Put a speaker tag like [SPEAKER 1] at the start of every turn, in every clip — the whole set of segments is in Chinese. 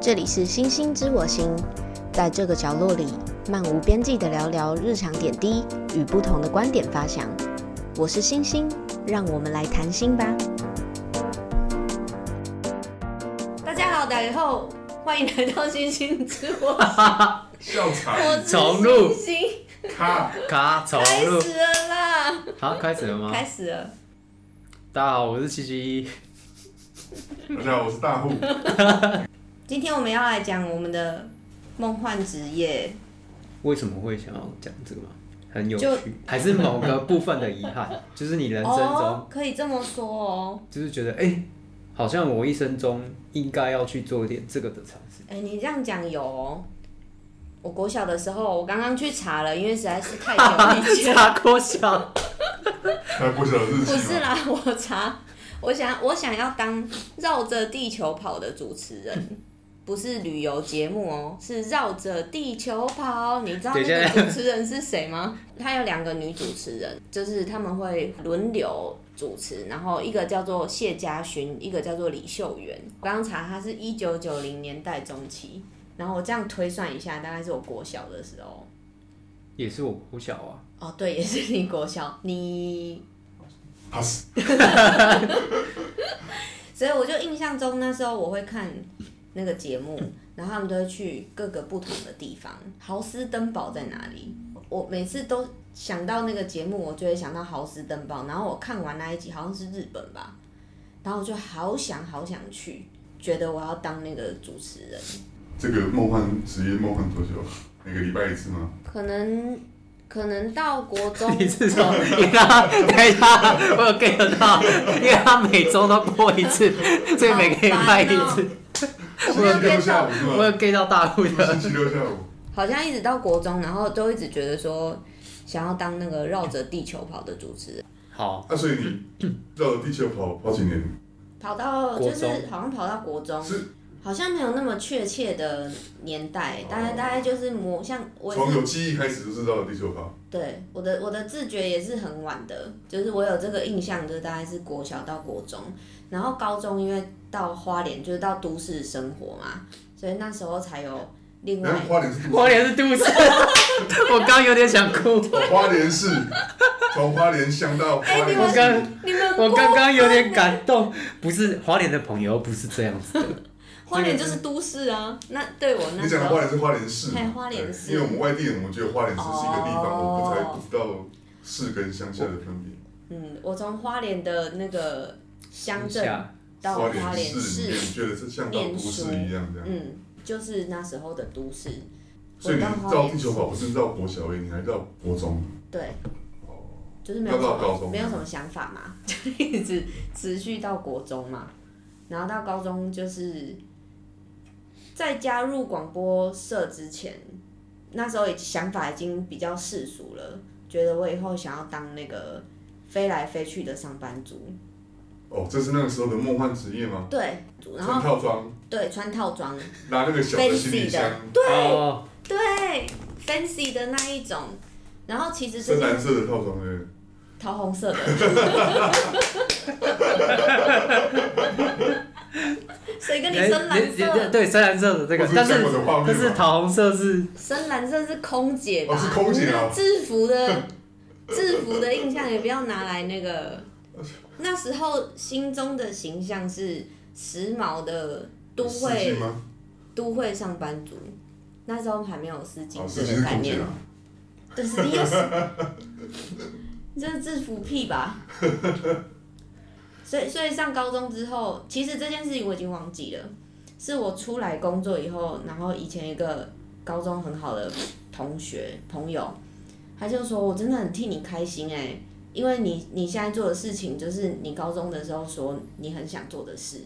[SPEAKER 1] 这里是星星知我心，在这个角落里，漫无边际的聊聊日常点滴与不同的观点发想。我是星星，让我们来谈心吧。
[SPEAKER 2] 大家好，大家好，欢迎来到星星之我。
[SPEAKER 3] 笑场，
[SPEAKER 2] 我 是
[SPEAKER 4] 重录
[SPEAKER 2] 星星，
[SPEAKER 3] 咔，
[SPEAKER 4] 卡重
[SPEAKER 2] 开
[SPEAKER 4] 录，
[SPEAKER 2] 始了啦，
[SPEAKER 4] 好，开始了吗？
[SPEAKER 2] 开始了。
[SPEAKER 4] 大家好，我是七七一，
[SPEAKER 3] 大家好，我是大户。
[SPEAKER 2] 今天我们要来讲我们的梦幻职业，
[SPEAKER 4] 为什么会想要讲这个吗？很有
[SPEAKER 2] 就
[SPEAKER 4] 趣，还是某个部分的 遗憾，就是你人生中，
[SPEAKER 2] 哦，可以这么说哦。
[SPEAKER 4] 就是觉得，哎、好像我一生中应该要去做一点这个的尝试。
[SPEAKER 2] 哎、你这样讲有、哦。我国小的时候，我刚刚去查了，因为实在是太久以前。
[SPEAKER 4] 查过小，
[SPEAKER 3] 那不是有日
[SPEAKER 2] 不
[SPEAKER 3] 期
[SPEAKER 2] 是
[SPEAKER 3] 吗？
[SPEAKER 2] 啦，我查，我想我想要当绕着地球跑的主持人，不是旅游节目哦，是绕着地球跑。你知道那
[SPEAKER 4] 等一
[SPEAKER 2] 个
[SPEAKER 4] 下
[SPEAKER 2] 主持人是谁吗？他有两个女主持人，就是他们会轮流。主持，然后一个叫做谢家勋，一个叫做李秀媛。我刚刚查，他是一九九零年代中期，然后我这样推算一下，大概是我国小的时候。
[SPEAKER 4] 也是我国小啊，
[SPEAKER 2] 哦，对，也是你国小，你
[SPEAKER 3] pass
[SPEAKER 2] 所以我就印象中那时候我会看那个节目， 然后他们都会去各个不同的地方。豪斯登堡在哪里？我每次都想到那个节目，我就会想到豪斯登堡。然后我看完那一集好像是日本吧，然后我就好想好想去，觉得我要当那个主持人。
[SPEAKER 3] 这个梦幻职业梦幻多久？每个礼拜一次吗？
[SPEAKER 2] 可能可能到国中
[SPEAKER 4] 你是说你他等一下，我有 get 到，因为他每周都播一次， 所以每个礼拜一次，
[SPEAKER 3] 星期六下午是
[SPEAKER 2] 哦
[SPEAKER 4] 我
[SPEAKER 3] 吗？
[SPEAKER 4] 有 get 到大陆的
[SPEAKER 3] 星期六下午，
[SPEAKER 2] 好像一直到国中，然后都一直觉得说想要当那个绕着地球跑的主持人。
[SPEAKER 4] 好，
[SPEAKER 3] 啊，所以你绕着地球跑跑几年？
[SPEAKER 2] 跑到
[SPEAKER 4] 国
[SPEAKER 2] 就是
[SPEAKER 4] 中
[SPEAKER 2] 好像跑到国中
[SPEAKER 3] 是，
[SPEAKER 2] 好像没有那么确切的年代，
[SPEAKER 3] 哦
[SPEAKER 2] 大概大概就是模像我
[SPEAKER 3] 从
[SPEAKER 2] 也
[SPEAKER 3] 有
[SPEAKER 2] 是
[SPEAKER 3] 记忆开始就是绕着地球跑。
[SPEAKER 2] 对我的我的自觉也是很晚的，就是我有这个印象，就是大概是国小到国中，然后高中因为到花莲就是到都市生活嘛，所以那时候才有另
[SPEAKER 3] 然
[SPEAKER 2] 外
[SPEAKER 3] 后花莲是
[SPEAKER 4] 我脸是杜氏， 我刚有点想哭。
[SPEAKER 3] 哦花莲市，从花莲乡到花
[SPEAKER 2] 哎你
[SPEAKER 3] 莲
[SPEAKER 2] 们
[SPEAKER 4] 我
[SPEAKER 3] 市，
[SPEAKER 4] 刚
[SPEAKER 2] 你们
[SPEAKER 4] 我刚刚有点感动，不是花莲的朋友不是这样子的，
[SPEAKER 2] 花莲就是都市啊，那对我那
[SPEAKER 3] 你
[SPEAKER 2] 时
[SPEAKER 3] 讲的
[SPEAKER 2] 候
[SPEAKER 3] 花莲是花莲市嘛，
[SPEAKER 2] 嘿花莲市
[SPEAKER 3] 对因为我们外地人，我们觉得花莲市是一个地方，
[SPEAKER 2] 哦
[SPEAKER 3] 我们才不知道市跟乡下的分别。
[SPEAKER 2] 嗯，我从花莲的那个乡镇
[SPEAKER 4] 下
[SPEAKER 2] 到花
[SPEAKER 3] 莲
[SPEAKER 2] 莲
[SPEAKER 3] 市，
[SPEAKER 2] 市
[SPEAKER 3] 你觉得这像到都市一样这样。
[SPEAKER 2] 嗯，就是那时候的都市。
[SPEAKER 3] 所以你
[SPEAKER 2] 我到花
[SPEAKER 3] 绕
[SPEAKER 2] 莲
[SPEAKER 3] 地球跑不是绕国小而已，你还绕国中。
[SPEAKER 2] 对，
[SPEAKER 3] 哦，
[SPEAKER 2] 就是没有什
[SPEAKER 3] 要到高
[SPEAKER 2] 么
[SPEAKER 3] 中
[SPEAKER 2] 没有什么想法嘛， 就一直持续到国中嘛，然后到高中就是在加入广播社之前，那时候已想法已经比较世俗了，觉得我以后想要当那个飞来飞去的上班族，
[SPEAKER 3] 哦，这是那个时候的梦幻职业吗？
[SPEAKER 2] 对，然
[SPEAKER 3] 穿
[SPEAKER 2] 后
[SPEAKER 3] 套装，
[SPEAKER 2] 对穿套装，
[SPEAKER 3] 拿那个小的行李箱，
[SPEAKER 4] 哦，
[SPEAKER 2] 对 fancy 的那一种，然后其实这
[SPEAKER 3] 深
[SPEAKER 2] 件
[SPEAKER 3] 蓝色的套装对不对。
[SPEAKER 2] 桃红色的。谁哎跟你深蓝
[SPEAKER 4] 你哎你
[SPEAKER 2] 色？
[SPEAKER 4] 对深蓝色的这
[SPEAKER 3] 我
[SPEAKER 4] 个，
[SPEAKER 3] 只
[SPEAKER 4] 但
[SPEAKER 3] 是
[SPEAKER 4] 是
[SPEAKER 3] 想我的画面嘛
[SPEAKER 4] 但是桃红色是
[SPEAKER 2] 深蓝色是空姐吧？
[SPEAKER 3] 哦是空姐啊
[SPEAKER 2] 那制服的制服的印象也不要拿来那个。那时候心中的形象是时髦的都
[SPEAKER 3] 丝巾
[SPEAKER 2] 会
[SPEAKER 3] 吗？
[SPEAKER 2] 都会上班族，那时候还没有丝巾
[SPEAKER 3] 哦，丝
[SPEAKER 2] 这
[SPEAKER 3] 巾
[SPEAKER 2] 个
[SPEAKER 3] 是
[SPEAKER 2] 概
[SPEAKER 3] 空姐
[SPEAKER 2] 念
[SPEAKER 3] 啊。。
[SPEAKER 2] 对，丝巾又是，你 这是制服癖吧？所以，所以上高中之后，其实这件事情我已经忘记了，是我出来工作以后，然后以前一个高中很好的同学朋友，他就说我真的很替你开心哎、因为你你现在做的事情就是你高中的时候说你很想做的事，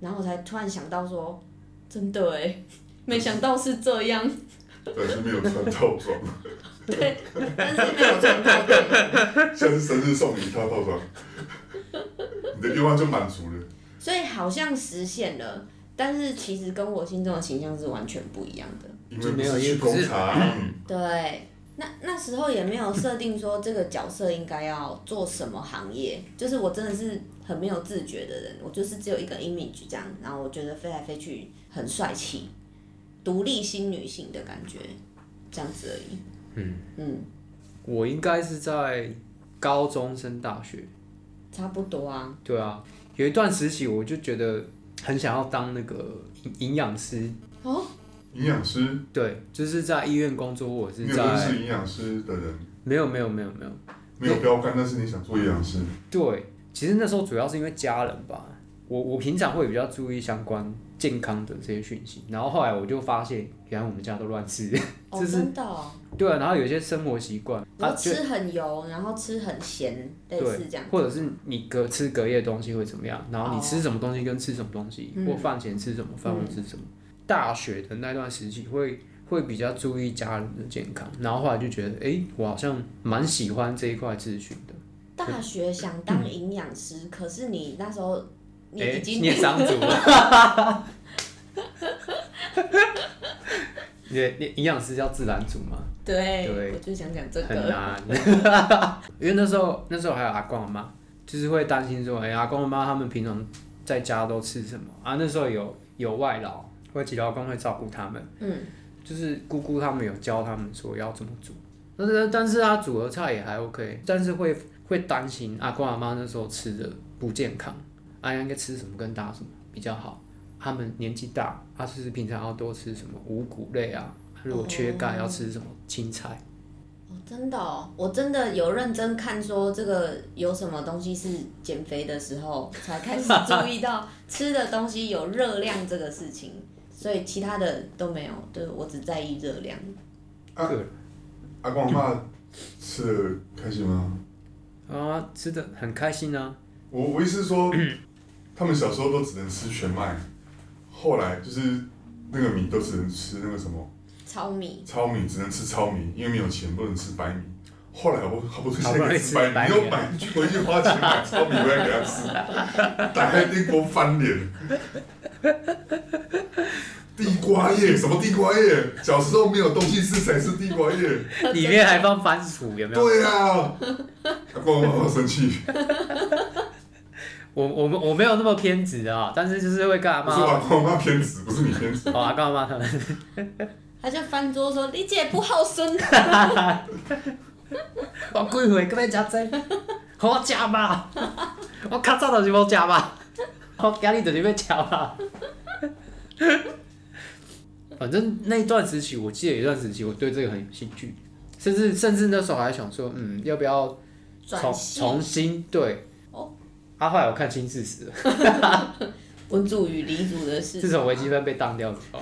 [SPEAKER 2] 然后我才突然想到说，真的哎、没想到是这样。
[SPEAKER 3] 但是没有穿套装，
[SPEAKER 2] 对，但是没有成功的。
[SPEAKER 3] 下次生日送你一套套装，你的愿望就满足了。
[SPEAKER 2] 所以好像实现了，但是其实跟我心中的形象是完全不一样的。嗯
[SPEAKER 3] 因为不是去工厂，
[SPEAKER 2] 对，那那时候也没有设定说这个角色应该要做什么行业，就是我真的是很没有自觉的人，我就是只有一个 image 这样，然后我觉得飞来飞去很帅气，独立新女性的感觉，这样子而已。嗯嗯，
[SPEAKER 4] 我应该是在高中升大学，
[SPEAKER 2] 差不多啊。
[SPEAKER 4] 对啊，有一段时期我就觉得很想要当那个营营养师，
[SPEAKER 2] 哦，
[SPEAKER 3] 营养师，
[SPEAKER 4] 对，就是在医院工作，我是
[SPEAKER 3] 你有认
[SPEAKER 4] 在
[SPEAKER 3] 识营养师的人，
[SPEAKER 4] 没有没有没有没有，
[SPEAKER 3] 没有标杆，但是你想做营养师，
[SPEAKER 4] 对，其实那时候主要是因为家人吧，我我平常会比较注意相关健康的这些讯息，然后后来我就发现，原来我们家都乱吃，
[SPEAKER 2] 哦，
[SPEAKER 4] 就是
[SPEAKER 2] 真的、哦，
[SPEAKER 4] 对啊，然后有一些生活习惯，
[SPEAKER 2] 然
[SPEAKER 4] 啊
[SPEAKER 2] 后吃很油，然后吃很咸，类似这样。
[SPEAKER 4] 或者是你隔吃隔夜东西会怎么样？然后你吃什么东西跟吃什么东西，
[SPEAKER 2] 嗯
[SPEAKER 4] 或饭前吃什么，饭后吃什么。大学的那段时期会会比较注意家人的健康，然后后来就觉得，哎、我好像蛮喜欢这一块资讯的。
[SPEAKER 2] 大学想当营养师，可是你那时候你
[SPEAKER 4] 哎、
[SPEAKER 2] 已经
[SPEAKER 4] 嗯你也长足了。 你的你营养师叫自然组吗？
[SPEAKER 2] 对，
[SPEAKER 4] 对
[SPEAKER 2] 我就想讲这
[SPEAKER 4] 很
[SPEAKER 2] 个。
[SPEAKER 4] 难， 因为那时候那时候还有阿公阿妈，就是会担心说，哎、阿公阿妈他们平常在家都吃什么啊？那时候有有外劳或几老公会照顾他们，
[SPEAKER 2] 嗯，
[SPEAKER 4] 就是姑姑他们有教他们说要怎么煮，但是但是他煮的菜也还 OK，但是会会担心阿公阿妈那时候吃的不健康，啊应该吃什么跟搭什么比较好。他们年纪大，啊，就是平常要多吃什么五谷类啊，如果缺钙要吃什么青菜。
[SPEAKER 2] 哦，真的哦，我真的有认真看说这个有什么东西是减肥的时候才开始注意 到吃的东西有热量这个事情，所以其他的都没有，对我只在意热量。
[SPEAKER 3] 啊
[SPEAKER 4] 个人
[SPEAKER 3] 阿公阿妈吃的开心吗？
[SPEAKER 4] 啊，吃的很开心 啊。
[SPEAKER 3] 我我意思是 说，他们小时候都只能吃全麦，后来就是那个米都只能吃那个什么
[SPEAKER 2] 糙米，
[SPEAKER 3] 糙米，只能吃糙米，因为没有钱不能吃白米。后来我好不容易
[SPEAKER 4] 好
[SPEAKER 3] 才
[SPEAKER 4] 不容
[SPEAKER 3] 可
[SPEAKER 4] 易
[SPEAKER 3] 以
[SPEAKER 4] 吃
[SPEAKER 3] 吃白米，
[SPEAKER 4] 白米啊
[SPEAKER 3] 又买回去花钱买糙米回来给他吃，打开电锅翻脸。地瓜叶什么地瓜叶？小时候没有东西吃才吃地瓜叶。
[SPEAKER 4] 里面还放番薯，有没有？
[SPEAKER 3] 对呀、阿公好生气，
[SPEAKER 4] 我我们我没有那么偏执啊，但是就是会跟阿
[SPEAKER 3] 不
[SPEAKER 4] 妈
[SPEAKER 3] 是、阿公阿妈偏执，不是你偏执。
[SPEAKER 4] 哦阿公阿妈他们，
[SPEAKER 2] 他就翻桌说：“你姐不好生。
[SPEAKER 4] 我几岁搁要 食这，我食吧，我较早就是要食吧，我今日就是要食 吧。反正那一段时期，我记得有一段时期，我对这个很有兴趣，甚至甚至那时候还想说，嗯，要不要”重
[SPEAKER 2] 转系
[SPEAKER 4] 重新对？
[SPEAKER 2] 哦，
[SPEAKER 4] 啊，后来我看清事实了。
[SPEAKER 2] 文组与理组的事
[SPEAKER 4] 自
[SPEAKER 2] 情。
[SPEAKER 4] 从微积分被当掉之后，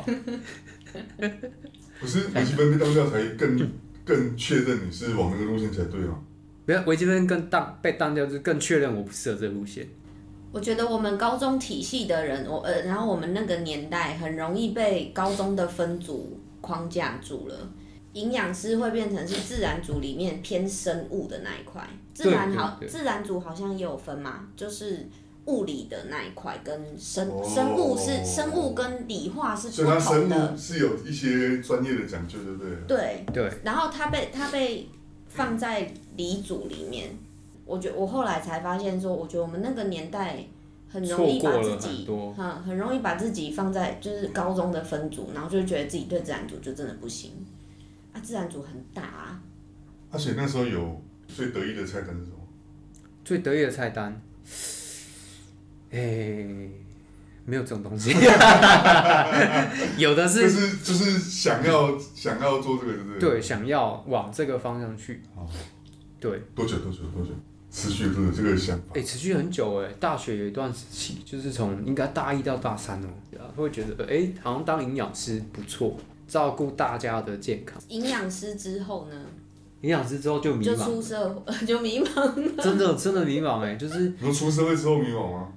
[SPEAKER 3] 不是微积分被当掉才更更确认你是往那个路线才对吗？
[SPEAKER 4] 没有微积分更当被当掉，就是更确认我不适合这路线。
[SPEAKER 2] 我觉得我们高中体系的人，我呃，然后我们那个年代很容易被高中的分组框架住了。营养师会变成是自然组里面偏生物的那一块，自然好
[SPEAKER 4] 对对对
[SPEAKER 2] 自然组好像也有分嘛，就是物理的那一块跟生、
[SPEAKER 3] 哦
[SPEAKER 2] 生物是生物跟理化是
[SPEAKER 3] 所
[SPEAKER 2] 不
[SPEAKER 3] 以它
[SPEAKER 2] 同
[SPEAKER 3] 生
[SPEAKER 2] 的
[SPEAKER 3] 物，是有一些专业的讲究，对不对？
[SPEAKER 2] 对，
[SPEAKER 4] 对，
[SPEAKER 2] 然后他被他被放在理组里面，我觉我后来才发现说，我觉得我们那个年代很容易
[SPEAKER 4] 错
[SPEAKER 2] 把
[SPEAKER 4] 过
[SPEAKER 2] 自
[SPEAKER 4] 了
[SPEAKER 2] 己
[SPEAKER 4] 很，多
[SPEAKER 2] 嗯，很容易把自己放在就是高中的分组，然后就觉得自己对自然组就真的不行啊，自然组很大啊，
[SPEAKER 3] 而且那时候有最得意的菜单是什么？
[SPEAKER 4] 最得意的菜单，诶、没有这种东西，有的
[SPEAKER 3] 就是是就是想要想要做这个，对不对？
[SPEAKER 4] 对想要往这个方向去
[SPEAKER 3] 好。
[SPEAKER 4] 对，
[SPEAKER 3] 多久多久多久？持续了这个想法
[SPEAKER 4] 哎、，持续很久哎、大学有一段时期，就是从应该大一到大三哦、会觉得哎、诶好像当营养师不错，照顾大家的健康。
[SPEAKER 2] 营养师之后呢，
[SPEAKER 4] 营养师之后就迷
[SPEAKER 2] 就
[SPEAKER 4] 茫，
[SPEAKER 2] 出社会 就迷茫，
[SPEAKER 4] 真的真的迷茫哎、就是
[SPEAKER 3] 你说出社会之后迷茫吗？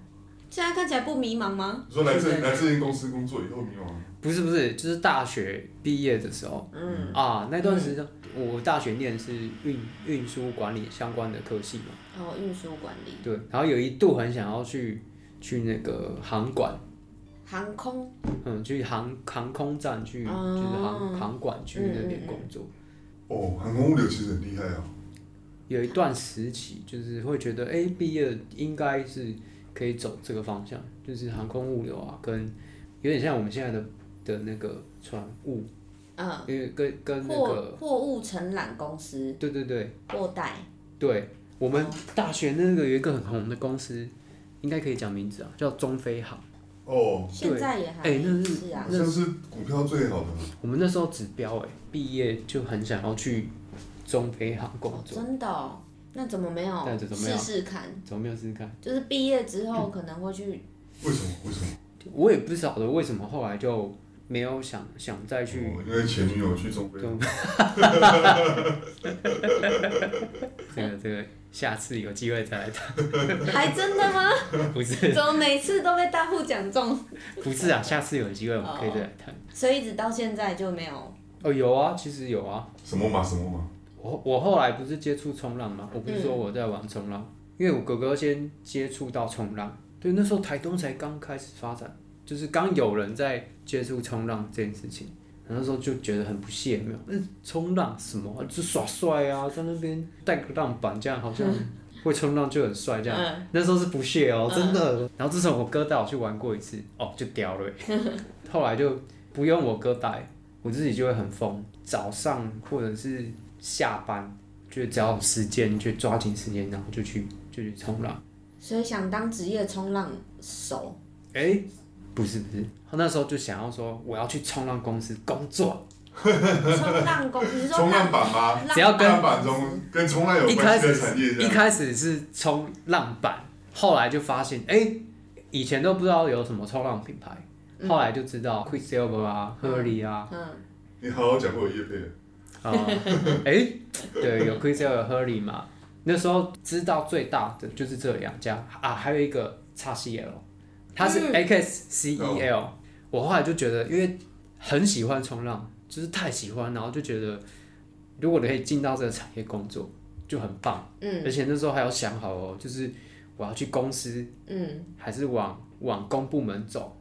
[SPEAKER 2] 现在看起来不迷茫吗？
[SPEAKER 3] 你说来这
[SPEAKER 4] 现在
[SPEAKER 3] 来这间公司工作以后迷茫吗？
[SPEAKER 4] 不是不是，就是大学毕业的时候，嗯啊，那段时间、我大学念的是运运输管理相关的科系嘛，
[SPEAKER 2] 哦，运输管理、
[SPEAKER 4] 对，然后有一度很想要去去那个航管，
[SPEAKER 2] 航空，
[SPEAKER 4] 嗯，去航航空站去，
[SPEAKER 2] 哦
[SPEAKER 4] 就是航航管去那边工作，
[SPEAKER 3] 我哦，航空物流其实很厉害啊。
[SPEAKER 4] 有一段时期，就是会觉得，哎、毕业应该是可以走这个方向，就是航空物流啊，跟有点像我们现在的的那个船务，
[SPEAKER 2] 嗯，
[SPEAKER 4] 因为跟跟那
[SPEAKER 2] 货
[SPEAKER 4] 个，
[SPEAKER 2] 货物承揽公司
[SPEAKER 4] 对对对
[SPEAKER 2] 货代，哦
[SPEAKER 4] 对，我们大学那个有一个很红的公司，应该可以讲名字啊，叫中飞航。
[SPEAKER 3] 哦，
[SPEAKER 2] 现在也还
[SPEAKER 4] 哎那是
[SPEAKER 2] 是啊
[SPEAKER 3] 好，像是股票最好的。
[SPEAKER 4] 我们那时候指标哎、毕业就很想要去中飞航工
[SPEAKER 2] 哦
[SPEAKER 4] 作，
[SPEAKER 2] 真的哦，那怎么没
[SPEAKER 4] 那
[SPEAKER 2] 有
[SPEAKER 4] 怎么没有
[SPEAKER 2] 试试看？
[SPEAKER 4] 怎么没有试试看？
[SPEAKER 2] 就是毕业之后可能会 去，
[SPEAKER 3] 为什么？为什么？
[SPEAKER 4] 我也不晓得为什么后来就没有想想再去
[SPEAKER 3] 哦，因为前女友去中非。
[SPEAKER 4] 中， 这个这个，下次有机会再来谈。
[SPEAKER 2] 还真的吗？
[SPEAKER 4] 不是
[SPEAKER 2] 怎么每次都被大户讲中？
[SPEAKER 4] 不是啊，下次有机会我们可以再来谈。
[SPEAKER 2] 所以一直到现在就没有。
[SPEAKER 4] 哦，有啊，其实有啊。
[SPEAKER 3] 什么嘛什么嘛？
[SPEAKER 4] 我我后来不是接触冲浪嘛，我不是说我在玩冲浪，因为我哥哥先接触到冲浪。对，那时候台东才刚开始发展，就是刚有人在接触冲浪这件事情。然后那时候就觉得很不屑，有没有，嗯，冲浪什么啊，就耍帅啊，在那边带个浪板，这样好像会冲浪就很帅这样。
[SPEAKER 2] 嗯
[SPEAKER 4] 那时候是不屑哦、真的。然后自从我哥带我去玩过一次，哦，就屌了欸、后来就不用我哥带，我自己就会很疯。早上或者是下班，就只要有时间就抓紧时间，然后就去就去冲浪。
[SPEAKER 2] 所以想当职业冲浪手，
[SPEAKER 4] 哎、不是不是，他那时候就想要说我要去冲浪公司工作。
[SPEAKER 2] 冲浪公，你是说
[SPEAKER 3] 冲浪板吗？
[SPEAKER 2] 浪
[SPEAKER 4] 只要
[SPEAKER 3] 浪
[SPEAKER 4] 跟
[SPEAKER 3] 板中跟冲浪有
[SPEAKER 4] 一
[SPEAKER 3] 关
[SPEAKER 4] 开
[SPEAKER 3] 系
[SPEAKER 4] 始
[SPEAKER 3] 的产业这
[SPEAKER 4] 一
[SPEAKER 3] 样。
[SPEAKER 4] 开始是冲浪板，后来就发现哎、以前都不知道有什么冲浪品牌。后来就知道 Quicksilver 啊、Hurley 啊，
[SPEAKER 2] 嗯，
[SPEAKER 3] 你好好讲过叶佩，
[SPEAKER 4] 啊，哎、对，有 Quicksilver 有 Hurley 嘛？那时候知道最大的就是这两家啊，还有一个 XCL，它是 XCEL、我后来就觉得，因为很喜欢冲浪，就是太喜欢，然后就觉得，如果你可以进到这个产业工作，就很棒。
[SPEAKER 2] 嗯，
[SPEAKER 4] 而且那时候还要想好哦，就是我要去公司，
[SPEAKER 2] 嗯，
[SPEAKER 4] 还是往往公部门走？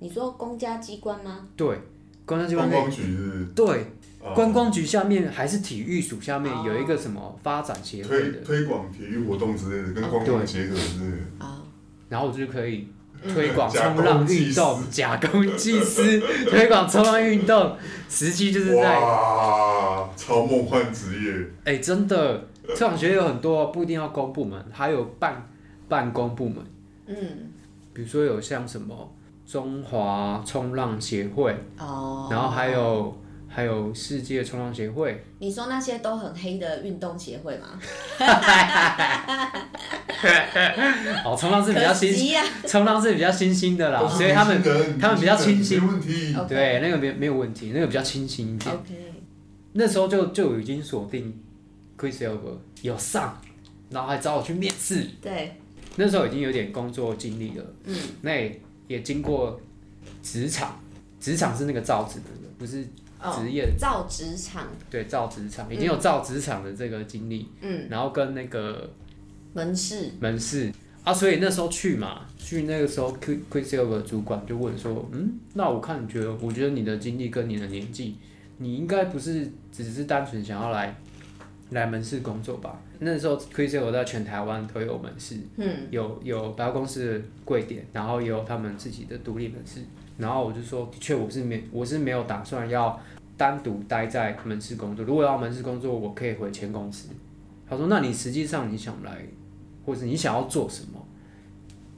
[SPEAKER 2] 你说公家机关吗？
[SPEAKER 4] 对，公安机
[SPEAKER 3] 观
[SPEAKER 4] 关可以
[SPEAKER 3] 光局是不是
[SPEAKER 4] 对，
[SPEAKER 3] 啊
[SPEAKER 4] 观光局下面还是体育署下面
[SPEAKER 2] 哦
[SPEAKER 4] 有一个什么发展协会
[SPEAKER 3] 推
[SPEAKER 4] 的，
[SPEAKER 3] 推广体育活动之类的，
[SPEAKER 4] 啊
[SPEAKER 3] 跟观光结合之类的。
[SPEAKER 2] 啊，
[SPEAKER 4] 然后我就可以推 广
[SPEAKER 3] 假
[SPEAKER 4] 冲浪
[SPEAKER 3] 公济
[SPEAKER 4] 运动、假公济私， 推广冲浪运动，实际就是在
[SPEAKER 3] 哇，超梦幻职业，
[SPEAKER 4] 哎、真的，这种学有很多，不一定要公部门，还有办办公部门，
[SPEAKER 2] 嗯，
[SPEAKER 4] 比如说有像什么中华冲浪协会，
[SPEAKER 2] 哦，
[SPEAKER 4] 然后还有还有世界冲浪协会，
[SPEAKER 2] 你说那些都很黑的运动协会吗？
[SPEAKER 4] 哦，冲浪是比较
[SPEAKER 2] 可
[SPEAKER 4] 新，
[SPEAKER 2] 惜啊哦呀，
[SPEAKER 4] 冲浪是比较新兴的啦，
[SPEAKER 3] 都是
[SPEAKER 4] 啊所以他们
[SPEAKER 3] 年轻人
[SPEAKER 4] 他们比较清新
[SPEAKER 3] 没问题。
[SPEAKER 2] OK
[SPEAKER 4] 对，那个没没有问题，那个比较清新一点。
[SPEAKER 2] OK，
[SPEAKER 4] 那时候就就已经锁定 Chris Elber 有上，然后还找我去面试。
[SPEAKER 2] 对，
[SPEAKER 4] 那时候已经有点工作经历了，嗯，那也也经过职场，职场是那个造纸的，不是
[SPEAKER 2] 哦，
[SPEAKER 4] 职业，
[SPEAKER 2] 造纸厂，
[SPEAKER 4] 对，造职场已经有造职场的这个经历，
[SPEAKER 2] 嗯，
[SPEAKER 4] 然后跟那个
[SPEAKER 2] 门市，
[SPEAKER 4] 门市啊，所以那时候去嘛，去那个时候 Chris Chris Elber 主管就问说，嗯，那我看你觉得，我觉得你的经历跟你的年纪，你应该不是只是单纯想要来来门市工作吧？那时候 Chris Elber 在全台湾都有门市，
[SPEAKER 2] 嗯，
[SPEAKER 4] 有有百货公司的柜点，然后也有他们自己的独立门市。然后我就说，的确我是没我是没有打算要单独待在门市工作。如果要门市工作，我可以回前公司。他说，那你实际上你想来，或者你想要做什么？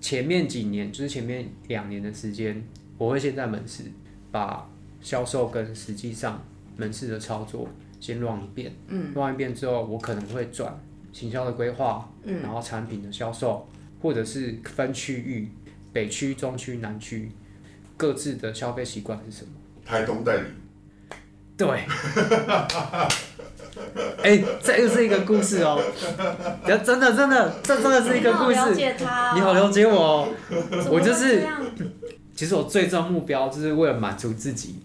[SPEAKER 4] 前面几年就是前面两年的时间，我会先在门市把销售跟实际上门市的操作先乱一遍，嗯，乱一遍之后，我可能会转行销的规划，嗯，然后产品的销售，或者是分区域，北区、中区、南区各自的消费习惯是什么？
[SPEAKER 3] 台东代理，
[SPEAKER 4] 对， 哎、这又是一个故事 哦，真的真的，这真的是一个故
[SPEAKER 2] 你好了
[SPEAKER 4] 事，
[SPEAKER 2] 解他哦，
[SPEAKER 4] 你好了解我哦。
[SPEAKER 2] 怎么
[SPEAKER 4] 我就
[SPEAKER 2] 会
[SPEAKER 4] 是
[SPEAKER 2] 这样
[SPEAKER 4] 其实我最终目标就是为了满足自己，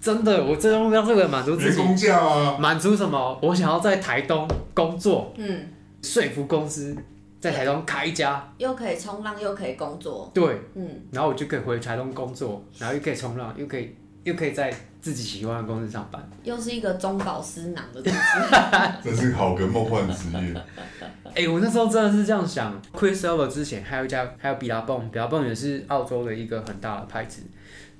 [SPEAKER 4] 真的，我最终目标是为了满足自
[SPEAKER 3] 员
[SPEAKER 4] 己。
[SPEAKER 3] 工价啊，
[SPEAKER 4] 满足什么？我想要在台东工作，
[SPEAKER 2] 嗯，
[SPEAKER 4] 说服公司在台东开一家，
[SPEAKER 2] 又可以冲浪，又可以工作，
[SPEAKER 4] 对，
[SPEAKER 2] 嗯，
[SPEAKER 4] 然后我就可以回台东工作，然后又可以冲浪，又可以又可以在自己喜欢的公司上班。
[SPEAKER 2] 又是一个中饱私囊的东西。
[SPEAKER 3] 真是好个梦幻职业。
[SPEAKER 4] 哎、我那时候真的是这样想。Quicksilver 之前还有一家，还有比拉泵，比拉泵也是澳洲的一个很大的牌子，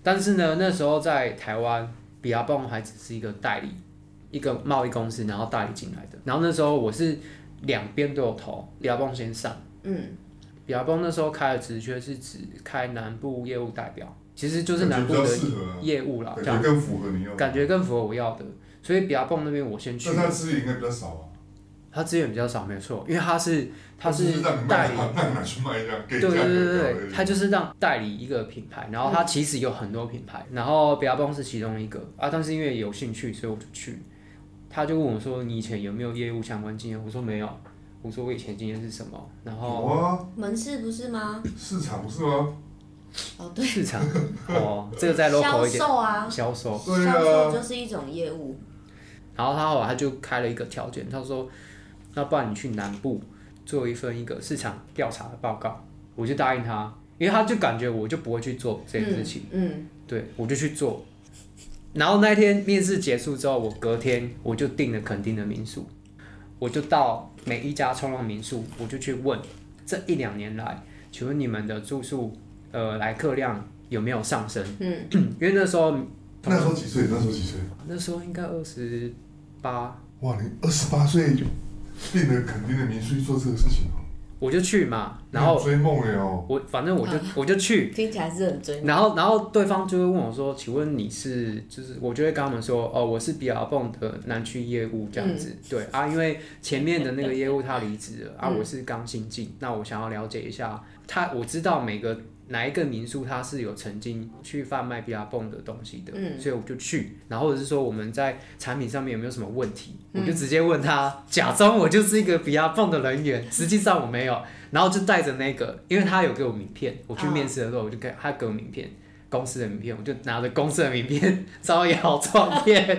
[SPEAKER 4] 但是呢，那时候在台湾，比拉泵还只是一个代理，一个贸易公司，然后代理进来的。然后那时候我是两边都有投，比拉泵先上。
[SPEAKER 2] 嗯，
[SPEAKER 4] 比拉泵那时候开的职缺是指开南部业务代表，其实 就是南
[SPEAKER 3] 感
[SPEAKER 4] 部
[SPEAKER 3] 觉比较
[SPEAKER 4] 的
[SPEAKER 3] 适合啊，
[SPEAKER 4] 业务啦，
[SPEAKER 3] 感
[SPEAKER 4] 这样
[SPEAKER 3] 觉更符合你要的。
[SPEAKER 4] 感觉更符合我要的。所以比拉泵那边我先去
[SPEAKER 3] 但，他资源应该比较少啊，
[SPEAKER 4] 他资源比较少，没错，因为他是他
[SPEAKER 3] 就是是让你
[SPEAKER 4] 代
[SPEAKER 3] 卖
[SPEAKER 4] 理。
[SPEAKER 3] 它，让你拿去卖这样，给
[SPEAKER 4] 对
[SPEAKER 3] 你价
[SPEAKER 4] 对
[SPEAKER 3] 格
[SPEAKER 4] 对
[SPEAKER 3] 高
[SPEAKER 4] 对
[SPEAKER 3] 而
[SPEAKER 4] 对，
[SPEAKER 3] 已
[SPEAKER 4] 他就是让代理一个品牌，然后他其实有很多品牌，然后比亚泵是其中一个啊，但是因为有兴趣，所以我就去。他就问我说：“你以前有没有业务相关经验？”我说：“没有。”我说：“我以前经验是什么？”然
[SPEAKER 3] 有
[SPEAKER 4] 后
[SPEAKER 3] 啊，
[SPEAKER 2] 门市不是吗？
[SPEAKER 3] 市场不是吗？
[SPEAKER 2] 哦，对，
[SPEAKER 4] 市场哦，这个再 local
[SPEAKER 2] 销
[SPEAKER 4] 一点，
[SPEAKER 2] 售啊，
[SPEAKER 4] 销售。
[SPEAKER 3] 对
[SPEAKER 2] 销售
[SPEAKER 3] 啊，
[SPEAKER 2] 就是一种业务。
[SPEAKER 4] 然后他后来他就开了一个条件，他说：“那不然你去南部做一份一个市场调查的报告。”我就答应他，因为他就感觉我就不会去做这件事情。
[SPEAKER 2] 嗯，
[SPEAKER 4] 对，我就去做。然后那一天面试结束之后，我隔天我就订了垦丁的民宿，我就到每一家冲浪民宿，我就去问这一两年来，请问你们的住宿呃来客量有没有上升？
[SPEAKER 2] 嗯
[SPEAKER 4] 因为那时候
[SPEAKER 3] 那时候几岁？那时候几岁？
[SPEAKER 4] 那时候应该二十八，
[SPEAKER 3] 哇，你二十八岁变得肯定的民宿去做这个事情哦，
[SPEAKER 4] 我就去嘛，然后
[SPEAKER 3] 你很追梦了哦，
[SPEAKER 4] 我反正我就我就去，
[SPEAKER 2] 嗯，听起来是很追。
[SPEAKER 4] 然后，然后对方就会问我说：“请问你是就是？”我就会跟他们说：“哦，我是比尔泵的南区业务这样子。对啊，因为前面的那个业务他离职了啊，
[SPEAKER 2] 嗯
[SPEAKER 4] 我是刚新进，那我想要了解一下他，我知道每个哪一个民宿它是有曾经去贩卖比尔泵的东西的，
[SPEAKER 2] 嗯
[SPEAKER 4] 所以我就去，然后或者是说我们在产品上面有没有什么问题，我就直接问他，假装我就是一个比尔泵的人员， 实际上我没有。然后就带着那个，因为他有给我名片，我去面试的时候我就给他给我名片，公司的名片，我就拿着公司的名片 招摇撞骗，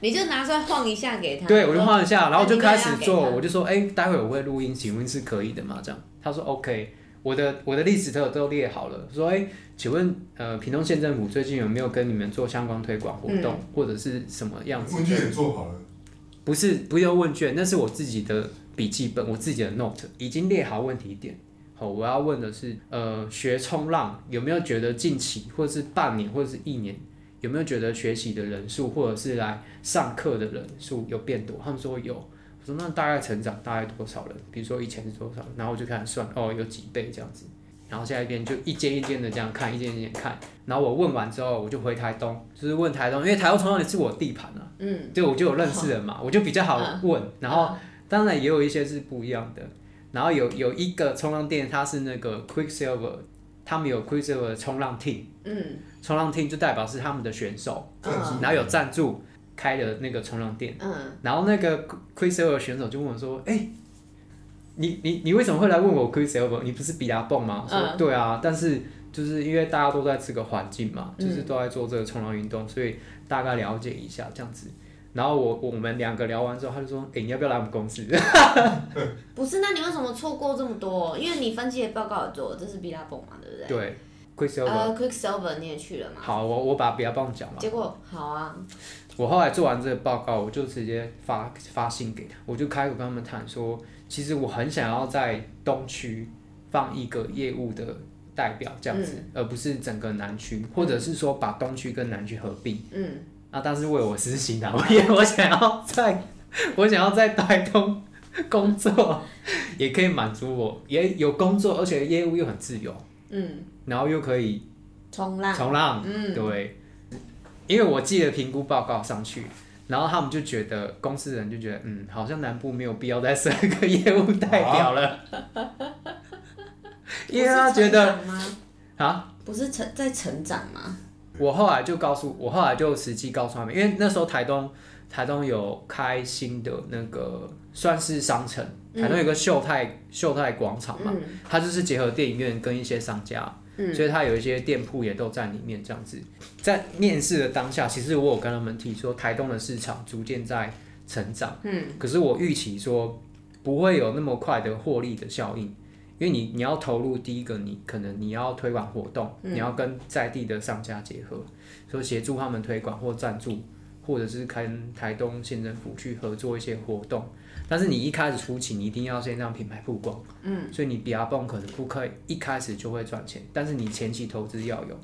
[SPEAKER 2] 你就拿出来晃一下给他。
[SPEAKER 4] 对我就
[SPEAKER 2] 说
[SPEAKER 4] 晃一下，然后就开始
[SPEAKER 2] 你给他
[SPEAKER 4] 做，我就说，哎、待会我会录音，请问是可以的吗？这样，他说 OK，我的我的历史都都列好了，说，哎、请问呃，屏东县政府最近有没有跟你们做相关推广活
[SPEAKER 2] 嗯
[SPEAKER 4] 动，或者是什么样子的？啊
[SPEAKER 3] 问卷也做好了，
[SPEAKER 4] 不是不用问卷，那是我自己的笔记本，我自己的 note 已经列好问题点。好，我要问的是，呃，学冲浪有没有觉得近期或者是半年或者是一年，有没有觉得学习的人数或者是来上课的人数有变多？他们说有。我说那大概成长大概多少人？比如说以前是多少，然后我就开始算，哦，有几倍这样子。然后下一遍就一间一间的这样看，一间一间地看。然后我问完之后，我就回台东，就是问台东，因为台东冲浪也是我地盘啊。
[SPEAKER 2] 嗯，
[SPEAKER 4] 对，我就有认识人嘛，我就比较好问。然后当然也有一些是不一样的。然后有有一个冲浪店，它是那个 Quicksilver，他们有 Quicksilver 的冲浪 team，
[SPEAKER 2] 嗯
[SPEAKER 4] 冲浪 team 就代表是他们的选手，
[SPEAKER 3] 赞助，
[SPEAKER 4] 然后有赞助开的那个冲浪店。
[SPEAKER 2] 嗯
[SPEAKER 4] 然后那个 Quicksilver 选手就问我说：“哎、你你你为什么会来问我 Quicksilver？你不是比拉蹦吗？”我说：“
[SPEAKER 2] 嗯
[SPEAKER 4] 对啊，但是就是因为大家都在这个环境嘛，
[SPEAKER 2] 嗯
[SPEAKER 4] 就是都在做这个冲浪运动，所以大概了解一下这样子。”然后我我们两个聊完之后，他就说：“哎、你要不要来我们公司
[SPEAKER 2] 嗯，不是，那你为什么错过这么多？因为你分析的报告也做了，这是比拉蹦嘛，对不？”对？
[SPEAKER 4] 对，Quicksilver，、
[SPEAKER 2] 呃，Quicksilver 你也去了嘛？
[SPEAKER 4] 好，我我把比拉蹦讲完。
[SPEAKER 2] 结果好啊，
[SPEAKER 4] 我后来做完这个报告，我就直接发发信给他，我就开口跟他们谈说，其实我很想要在东区放一个业务的代表这样子，
[SPEAKER 2] 嗯
[SPEAKER 4] 而不是整个南区，或者是说把东区跟南区合并。
[SPEAKER 2] 嗯，
[SPEAKER 4] 啊，但是为我私心啊， 我也我想要在， 我想要在台东工作， 也可以满足我，也有工作，而且业务又很自由，
[SPEAKER 2] 嗯，
[SPEAKER 4] 然后又可以
[SPEAKER 2] 冲浪，
[SPEAKER 4] 冲浪，
[SPEAKER 2] 嗯
[SPEAKER 4] 对，因为我寄了评估报告上去，然后他们就觉得公司人就觉得，嗯，好像南部没有必要再设一个业务代表了， 因为他觉得
[SPEAKER 2] 不是成长吗？
[SPEAKER 4] 啊，
[SPEAKER 2] 不是成在成长吗？
[SPEAKER 4] 我后来就告诉我后来就实际告诉他们，因为那时候台东台东有开新的那个算是商城，台东有个秀泰、秀泰广场嘛，
[SPEAKER 2] 嗯
[SPEAKER 4] 它就是结合电影院跟一些商家，
[SPEAKER 2] 嗯
[SPEAKER 4] 所以它有一些店铺也都在里面这样子。在面试的当下，其实我有跟他们提说，台东的市场逐渐在成长，
[SPEAKER 2] 嗯
[SPEAKER 4] 可是我预期说不会有那么快的获利的效应，因为你你要投入第一个，你可能你要推广活动，你要跟在地的商家结合，所以协助他们推广或赞助，或者是跟台东县政府去合作一些活动。但是你一开始初期，你一定要先让品牌曝光，嗯，所以你比亚蹦可能不可以一开始就会赚钱，但是你前期投资要有，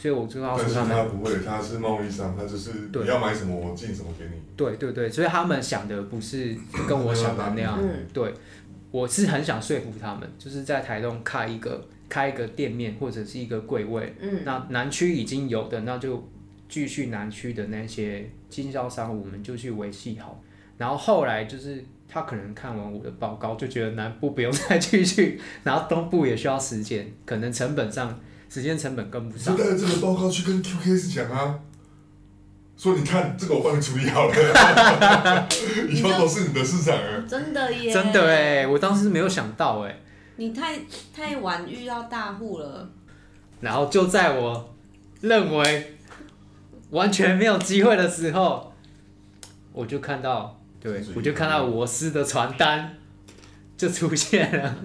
[SPEAKER 4] 所以我就告
[SPEAKER 3] 但
[SPEAKER 4] 诉
[SPEAKER 3] 是
[SPEAKER 4] 他们，
[SPEAKER 3] 他不会，他是贸易商，他就是
[SPEAKER 4] 对
[SPEAKER 3] 你要买什么我进什么给你。
[SPEAKER 4] 对对对，所以他们想的不是跟我想的那样，对，我是很想说服他们，就是在台东开一个开一个店面或者是一个柜位，嗯，那南区已经有的，那就继续南区的那些经销商，我们就去维系好。然后后来就是他可能看完我的报告，就觉得南部不用 再继续，然后东部也需要时间，可能成本上时间成本跟不
[SPEAKER 3] 你
[SPEAKER 4] 上
[SPEAKER 3] 就，带着这个报告去跟 QKS 讲啊，说你看这个我帮你处理好了， 以后都是你的市场啊了。
[SPEAKER 2] 真的耶，
[SPEAKER 4] 真的哎，我当时没有想到哎。
[SPEAKER 2] 你太太晚遇到大户了，
[SPEAKER 4] 然后就在我认为完全没有机会的时候，我就看到，对
[SPEAKER 3] 是
[SPEAKER 4] 我就看到我师的传单就出现了。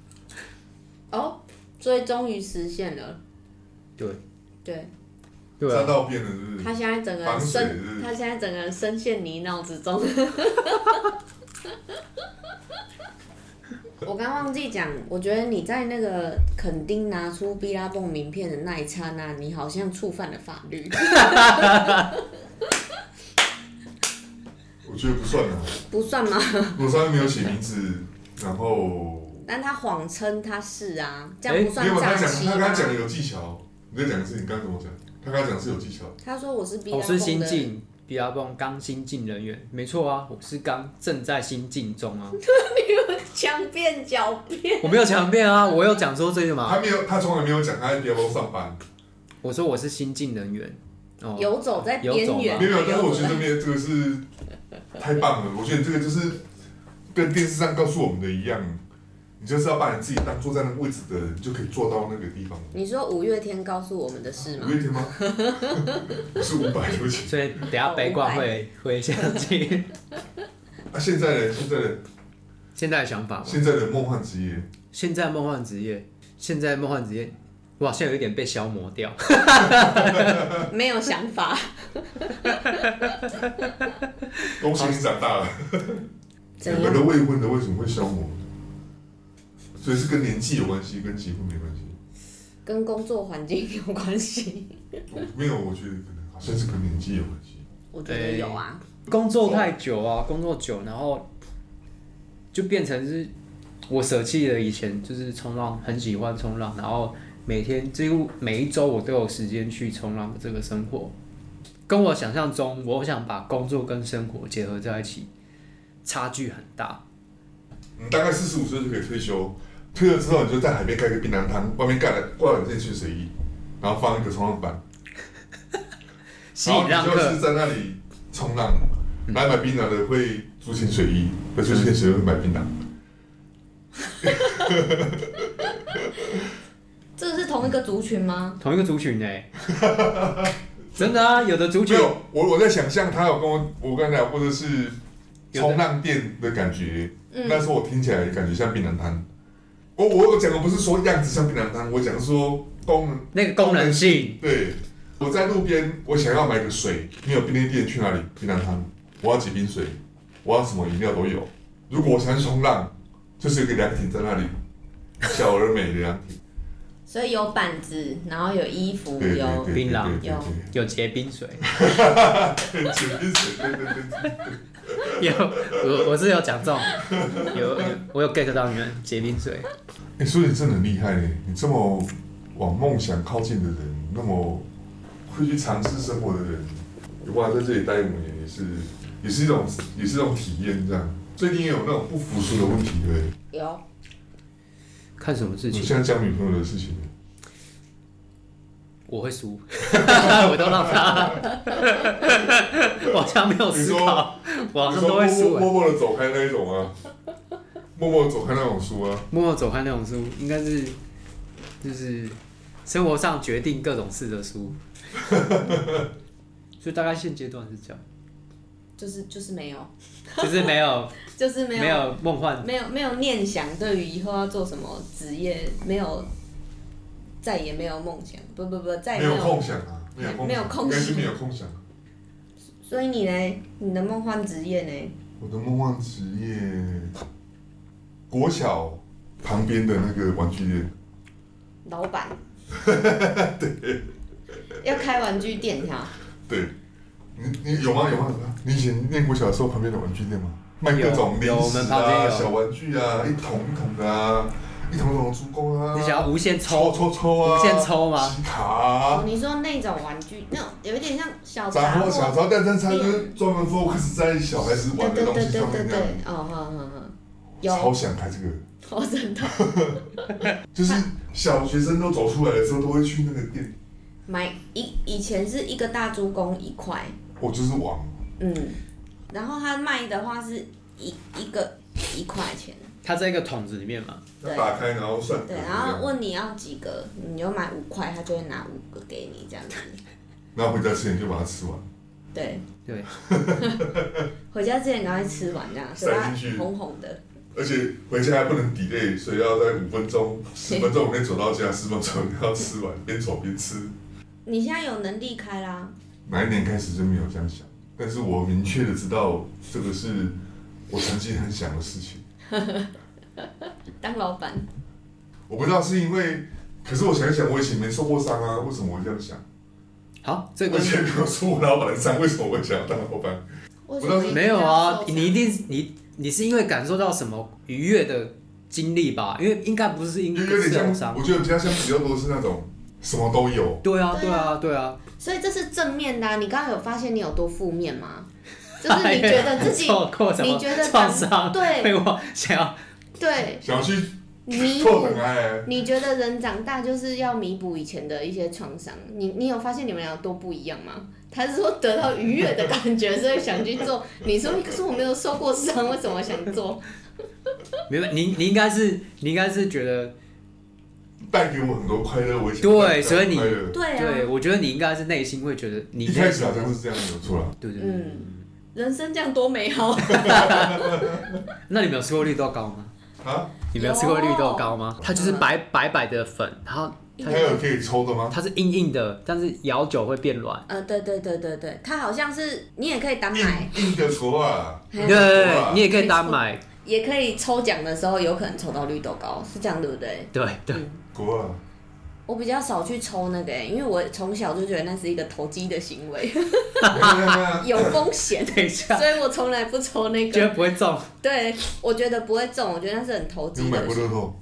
[SPEAKER 2] 哦，所以终于实现了，
[SPEAKER 4] 对
[SPEAKER 2] 对
[SPEAKER 4] 对
[SPEAKER 3] 沾
[SPEAKER 4] 啊，
[SPEAKER 3] 到边了，是不是？
[SPEAKER 2] 他现在整个人
[SPEAKER 3] 嗯防水
[SPEAKER 2] 深，
[SPEAKER 3] 是
[SPEAKER 2] 他现在整个人深陷泥淖之中。 我刚忘记讲，我觉得你在那个垦丁拿出碧拉蹦名片的那一刹那，你好像触犯了法律。
[SPEAKER 3] 我觉得不算 啊。
[SPEAKER 2] 不算吗？
[SPEAKER 3] 我上面没有写名字，然后
[SPEAKER 2] 但他谎称他是啊，这
[SPEAKER 4] 哎
[SPEAKER 2] 样不
[SPEAKER 3] 没
[SPEAKER 2] 算
[SPEAKER 3] 有他
[SPEAKER 2] 诈
[SPEAKER 3] 讲，
[SPEAKER 2] 欺
[SPEAKER 3] 他刚刚讲的
[SPEAKER 2] 吗？
[SPEAKER 3] 有技巧。你在讲的是你刚刚怎么讲？他刚刚讲是有技巧，
[SPEAKER 2] 他说我是 B
[SPEAKER 4] 我
[SPEAKER 2] 拉
[SPEAKER 4] 是
[SPEAKER 2] 蹦
[SPEAKER 4] 新
[SPEAKER 2] 的，
[SPEAKER 4] 进比拉蹦刚新进人员，没错啊，我是刚正在新进中啊，
[SPEAKER 2] 强辩狡辩。
[SPEAKER 4] 我没有强辩啊，我有讲说这个嘛，
[SPEAKER 3] 他没有，他从来没有讲他在 d i a b l 上班，
[SPEAKER 4] 我说我是新进人员，哦，
[SPEAKER 2] 游走在边
[SPEAKER 4] 游走
[SPEAKER 2] 缘，
[SPEAKER 3] 哦
[SPEAKER 4] 吧
[SPEAKER 3] 没有。但是我觉得这边这个是太棒了，我觉得这个就是跟电视上告诉我们的一样，你就是要把你自己当坐在那个位置的人，你就可以做到那个地方。
[SPEAKER 2] 你说五月天告诉我们的事吗
[SPEAKER 3] 五？月天吗？我是五百，对不起。
[SPEAKER 4] 所以等一下北冠会会相信
[SPEAKER 3] 啊，现在的现在的
[SPEAKER 4] 现在的想法吗？
[SPEAKER 3] 现在的梦幻职业，
[SPEAKER 4] 现在梦幻职业，现在梦幻职业，我好像有一点被消磨掉。
[SPEAKER 2] 没有想 法，
[SPEAKER 3] 恭喜你长大了。
[SPEAKER 2] 怎
[SPEAKER 3] 两个
[SPEAKER 2] 样？
[SPEAKER 3] 都未婚的为什么会消磨？所以是跟年纪有关系，跟结婚没关系。
[SPEAKER 2] 跟工作环境有关 系？
[SPEAKER 3] 我没有，我觉得可能好像是跟年纪有关系。
[SPEAKER 2] 我觉得有啊，
[SPEAKER 4] 工作太久啊，工作久，然后就变成是我舍弃了以前就是冲浪，很喜欢冲浪，然后每天几乎每一周我都有时间去冲浪的这个生活，跟我想象中，我想把工作跟生活结合在一起，差距很大。
[SPEAKER 3] 你嗯大概四十五岁就可以退休，退了之后你就在海边盖个槟榔摊，外面盖了挂两件潜水衣，然后放一个冲浪板，
[SPEAKER 4] 吸
[SPEAKER 3] 然后哦
[SPEAKER 4] 引
[SPEAKER 3] 你
[SPEAKER 4] 浪
[SPEAKER 3] 就
[SPEAKER 4] 客嗯
[SPEAKER 3] 是在那里冲浪。来买槟榔的会租潜水衣，会租潜水衣会买槟榔。
[SPEAKER 4] 嗯
[SPEAKER 2] 这个是同一个族群吗？
[SPEAKER 4] 同一个族群呢、 真的啊，有的族
[SPEAKER 3] 没
[SPEAKER 4] 群
[SPEAKER 3] 有，我我在想象他有跟我我刚才聊过的是
[SPEAKER 4] 有的
[SPEAKER 3] 冲浪店的感觉，
[SPEAKER 2] 嗯
[SPEAKER 3] 那时候我听起来感觉像槟榔摊。我我我讲的不是说样子像槟榔摊，我讲说功能。
[SPEAKER 4] 那个功能性。
[SPEAKER 3] 对，我在路边，我想要买个水，没有便利店去哪里？槟榔摊，我要几瓶水，我要什么饮料都有。如果我想去冲浪，就是有个凉亭在那里，小而美的凉亭。
[SPEAKER 2] 所以有板子，然后有衣服，
[SPEAKER 3] 对对对
[SPEAKER 2] 有
[SPEAKER 3] 对，
[SPEAKER 4] 槟榔
[SPEAKER 3] 对对
[SPEAKER 2] 有
[SPEAKER 4] 有结冰水，
[SPEAKER 3] 对对几瓶水，对对对对。
[SPEAKER 4] 有我我是有讲中，有有我有 get 到你们结冰水，
[SPEAKER 3] 哎、所以你真的很厉害耶！你这么往梦想靠近的人，那么会去尝试生活的人，哇，在这里待五年也是，也是一种，也是一种体验，这样。最近也有那种不服输的问题，对不对？
[SPEAKER 2] 有
[SPEAKER 4] 看什么事
[SPEAKER 3] 你
[SPEAKER 4] 情
[SPEAKER 3] 现在讲女朋友的事情，
[SPEAKER 4] 我会输， 我都让他， 我好像没有思考，我好
[SPEAKER 3] 你说
[SPEAKER 4] 像哦都会输
[SPEAKER 3] 默默。
[SPEAKER 4] 欸
[SPEAKER 3] 默默的走开那一种啊，默默的走开那种书啊，
[SPEAKER 4] 默默走开那种书，应该是就是生活上决定 各种事的书，所以大概现阶段是这样。
[SPEAKER 2] 就是就是没有，
[SPEAKER 4] 就是没有
[SPEAKER 2] 就是 没
[SPEAKER 4] 没
[SPEAKER 2] 有
[SPEAKER 4] 有梦
[SPEAKER 3] 啊
[SPEAKER 4] 幻，
[SPEAKER 2] 没有没有念想，对于以后要做什么职业没有，再也没有梦想，不不不，再也
[SPEAKER 3] 没有空想啊，没有空想，
[SPEAKER 2] 没有空想
[SPEAKER 3] 应该是没有空想。
[SPEAKER 2] 所以你呢？你的梦幻职业呢？
[SPEAKER 3] 我的梦幻职业，国小旁边的那个玩具店，
[SPEAKER 2] 老板。对。要开玩具店哈，
[SPEAKER 3] 对，你你有吗？有吗？有吗？你以前念国小的时候，旁边的玩具店吗？卖各种
[SPEAKER 4] 有
[SPEAKER 3] 零
[SPEAKER 4] 有我
[SPEAKER 3] 食
[SPEAKER 4] 们旁边
[SPEAKER 3] 啊、
[SPEAKER 4] 有
[SPEAKER 3] 小玩具啊，一桶一桶的啊，一桶一桶的珠公啊，
[SPEAKER 4] 你想要无限
[SPEAKER 3] 抽
[SPEAKER 4] 抽，
[SPEAKER 3] 抽抽啊，
[SPEAKER 4] 无限抽吗
[SPEAKER 3] 集卡啊
[SPEAKER 2] 哦，，你说那种玩具，那种有一点像小
[SPEAKER 3] 杂
[SPEAKER 2] 杂
[SPEAKER 3] 货小
[SPEAKER 2] 货，
[SPEAKER 3] 超，但但它就是专门 focus 在小孩子
[SPEAKER 2] 对
[SPEAKER 3] 玩的
[SPEAKER 2] 对
[SPEAKER 3] 东
[SPEAKER 2] 对
[SPEAKER 3] 西
[SPEAKER 2] 对
[SPEAKER 3] 上面
[SPEAKER 2] 对
[SPEAKER 3] 那样。
[SPEAKER 2] 对，哦，好好好，
[SPEAKER 3] 超
[SPEAKER 2] 有，
[SPEAKER 3] 想开这个，
[SPEAKER 2] 我真的
[SPEAKER 3] 就是小学生都走出来的时候，都会去那个店，
[SPEAKER 2] 买以以前是一个大猪公一块，
[SPEAKER 3] 我就是王，
[SPEAKER 2] 嗯，然后他卖的话是一一个一块钱，
[SPEAKER 4] 它在一个桶子里面嘛，
[SPEAKER 3] 要打开然后算
[SPEAKER 2] 对，然后问你要几个，你就买五块，他就会拿五个给你这样子，
[SPEAKER 3] 然后回家之前就把它吃完，
[SPEAKER 2] 对，
[SPEAKER 4] 对，
[SPEAKER 2] 回家之前赶快吃完这样，
[SPEAKER 3] 塞
[SPEAKER 2] 嘴巴
[SPEAKER 3] 进去
[SPEAKER 2] 红红的，
[SPEAKER 3] 而且回家还不能 delay，所以要在五分钟、十分钟以内走到家，十分钟要吃完，边走边吃。
[SPEAKER 2] 你现在有能力开啦，
[SPEAKER 3] 哪一年开始就没有这样想，但是我明确的知道这个是我曾经很想的事情。
[SPEAKER 2] 当老板，
[SPEAKER 3] 我不知道是因为，可是我想一想，我以前没受过伤啊，为什么我会这样想？
[SPEAKER 4] 好，这个
[SPEAKER 3] 而且没有受过老板的伤，为什么我会想要当老板？
[SPEAKER 2] 为什
[SPEAKER 3] 我当
[SPEAKER 2] 么
[SPEAKER 3] 时
[SPEAKER 2] 定
[SPEAKER 4] 没有
[SPEAKER 2] 要
[SPEAKER 4] 啊
[SPEAKER 2] 受，伤
[SPEAKER 4] 你一定你你是因为感受到什么愉悦的经历吧？因为应该不是因
[SPEAKER 3] 就
[SPEAKER 4] 为
[SPEAKER 3] 有点
[SPEAKER 4] 受
[SPEAKER 3] 像，
[SPEAKER 4] 伤
[SPEAKER 3] 我，觉得比较像比较多是那种什么都有，
[SPEAKER 4] 对啊，
[SPEAKER 2] 对
[SPEAKER 4] 对
[SPEAKER 2] 啊
[SPEAKER 4] 啊，对啊，
[SPEAKER 2] 所以这是正面的、啊，你刚刚有发现你有多负面 吗？就是你觉得自己
[SPEAKER 4] 受啊哎过什
[SPEAKER 2] 哎你
[SPEAKER 4] 么
[SPEAKER 2] 觉得
[SPEAKER 4] 创
[SPEAKER 2] 当
[SPEAKER 4] 伤，哎
[SPEAKER 2] 对
[SPEAKER 4] 被我想要
[SPEAKER 2] 对
[SPEAKER 3] 想要去
[SPEAKER 2] 弥
[SPEAKER 3] 拓
[SPEAKER 2] 补
[SPEAKER 3] 展爱。
[SPEAKER 2] 你觉得人长大就是要弥补以前的一些创伤？你你有发现你们俩多不一样吗？他是说得到愉悦的感觉，所以想去做。你说可是我没有受过伤，为什么想做？
[SPEAKER 4] 没有，你你应该是你应该是觉得，
[SPEAKER 3] 带给我很多快乐，我也想
[SPEAKER 4] 对
[SPEAKER 3] 带给他
[SPEAKER 4] 所以你
[SPEAKER 3] 快乐
[SPEAKER 2] 对啊
[SPEAKER 4] 对我觉得你应该是内心会觉得你
[SPEAKER 3] 一开始好像是这样，没有错啦。
[SPEAKER 4] 对对对，
[SPEAKER 2] 嗯，人生这样多美好。
[SPEAKER 4] 那你们有吃过绿豆糕吗？
[SPEAKER 3] 啊，
[SPEAKER 4] 你们有吃过绿豆糕
[SPEAKER 2] 嗯
[SPEAKER 4] 吗？它就是白白白的粉，然后它
[SPEAKER 3] 还有可以抽的吗？
[SPEAKER 4] 它是硬硬的，但是咬久会变软。
[SPEAKER 2] 呃，对对对对对，它好像是你也可以单
[SPEAKER 3] 硬
[SPEAKER 2] 买，
[SPEAKER 3] 硬的说啊，
[SPEAKER 4] 对
[SPEAKER 2] 嘿
[SPEAKER 4] 嗯对
[SPEAKER 3] 哇
[SPEAKER 4] 对，你也可以单买。
[SPEAKER 2] 也可以抽奖的时候有可能抽到绿豆糕，是这样对不对？
[SPEAKER 4] 对对，
[SPEAKER 2] 嗯
[SPEAKER 3] 国啊，
[SPEAKER 2] 我比较少去抽那个、欸，因为我从小就觉得那是一个投机的行 为，
[SPEAKER 3] 没有没有没有
[SPEAKER 2] 有风险，
[SPEAKER 4] 等一下，
[SPEAKER 2] 所以我从来不抽那
[SPEAKER 4] 绝
[SPEAKER 2] 个。
[SPEAKER 4] 对不会中。
[SPEAKER 2] 对，我觉得不会中，我觉得那是很投
[SPEAKER 3] 有
[SPEAKER 2] 机
[SPEAKER 3] 买
[SPEAKER 2] 的
[SPEAKER 3] 过。乐透，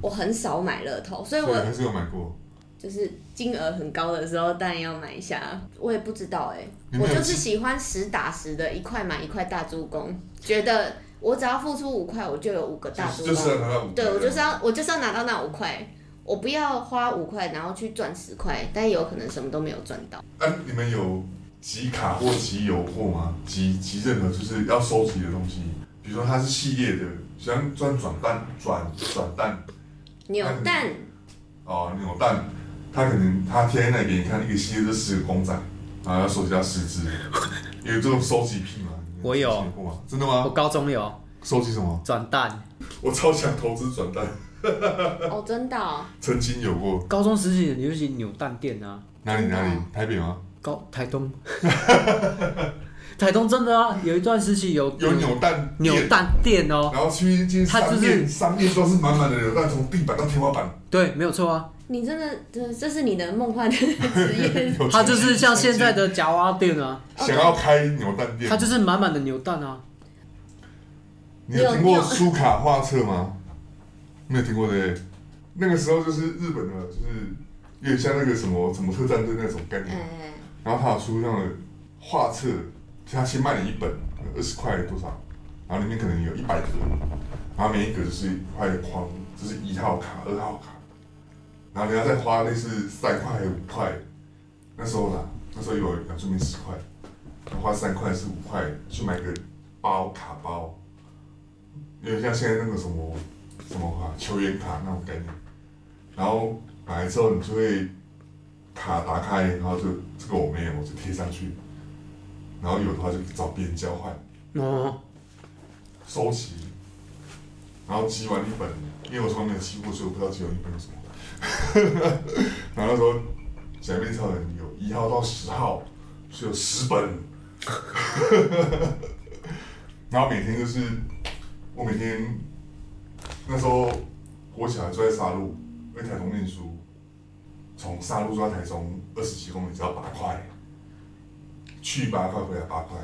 [SPEAKER 2] 我很少买乐透，所以
[SPEAKER 3] 对，
[SPEAKER 2] 我
[SPEAKER 3] 还是有买过。
[SPEAKER 2] 就是金额很高的时候，当然要买一下。我也不知道哎、
[SPEAKER 3] 你
[SPEAKER 2] 我
[SPEAKER 3] 没有
[SPEAKER 2] 就是喜欢实打实的，一块买一块大猪公，觉得我只要付出五块，我就有五个大猪公。
[SPEAKER 3] 就就是要拿到五个。
[SPEAKER 2] 对我就是要我就是要拿到那五块，我不要花五块然后去赚十块，但也有可能什么都没有赚到。
[SPEAKER 3] 啊，你们有集卡或集邮或吗？集集任何就是要收集的东西，比如说它是系列的，像转转蛋、转转蛋
[SPEAKER 2] 扭蛋
[SPEAKER 3] 哦，扭蛋，它可能它贴在那里给你看，一个系列就十个公仔，然后要收集到十只，有这种收集癖吗？你们
[SPEAKER 4] 我有
[SPEAKER 3] 之前过吗？真的
[SPEAKER 4] 我
[SPEAKER 3] 吗？
[SPEAKER 4] 哦高中有
[SPEAKER 3] 收集什么？
[SPEAKER 4] 转蛋，
[SPEAKER 3] 我超想投资转蛋，
[SPEAKER 2] 哦，真的、哦，
[SPEAKER 3] 曾经有过。
[SPEAKER 4] 高中时期流行扭蛋店啊，
[SPEAKER 3] 哪里
[SPEAKER 2] 真的
[SPEAKER 3] 哪里
[SPEAKER 2] 哦？
[SPEAKER 3] 台北吗？
[SPEAKER 4] 高台 东，台东真的啊，有一段时期有
[SPEAKER 3] 有扭蛋店
[SPEAKER 4] 扭蛋店哦，
[SPEAKER 3] 然后去一间
[SPEAKER 4] 它
[SPEAKER 3] 商
[SPEAKER 4] 就
[SPEAKER 3] 店，
[SPEAKER 4] 是
[SPEAKER 3] 商店都是满满的扭蛋，从地板到天花板。
[SPEAKER 4] 对，没有错啊，
[SPEAKER 2] 你真的这这是你的梦幻的职业。
[SPEAKER 4] 它就是像现在的夹娃娃店啊，
[SPEAKER 3] 想要开扭蛋店
[SPEAKER 4] 它，就是满满的扭蛋啊，
[SPEAKER 3] 你有听过
[SPEAKER 2] 有
[SPEAKER 3] 书卡画册吗？没有听过的耶。那个时候就是日本的，就是有点像那个什么什么特战队那种概念。
[SPEAKER 2] 哎，
[SPEAKER 3] 然后他有出那种画册，就他先卖你一本，二十块多少，然后里面可能有一百格，然后每一格就是一块框，就是一号卡、二号卡，然后你要再花类似三块、五块，那时候啦，那时候有杨春明十块，然后花三块是五块去买个包卡包，有点像现在那个什么什么卡球员卡那种概念，然后买了之后你就会。卡打开，然后就这个我没有，我就贴上去。然后有的话就找别人交换
[SPEAKER 4] 哦，
[SPEAKER 3] 收集，然后集完一本，因为我从来没有集过，所以我不知道集完一本有什么。 然后那时候假面超人有一号到十号是有十本， 然后每天就是我每天那时候我小孩住在沙鹿，在台中念书，从沙鹿住到台中二十几公里只要八块，去八块回来八块，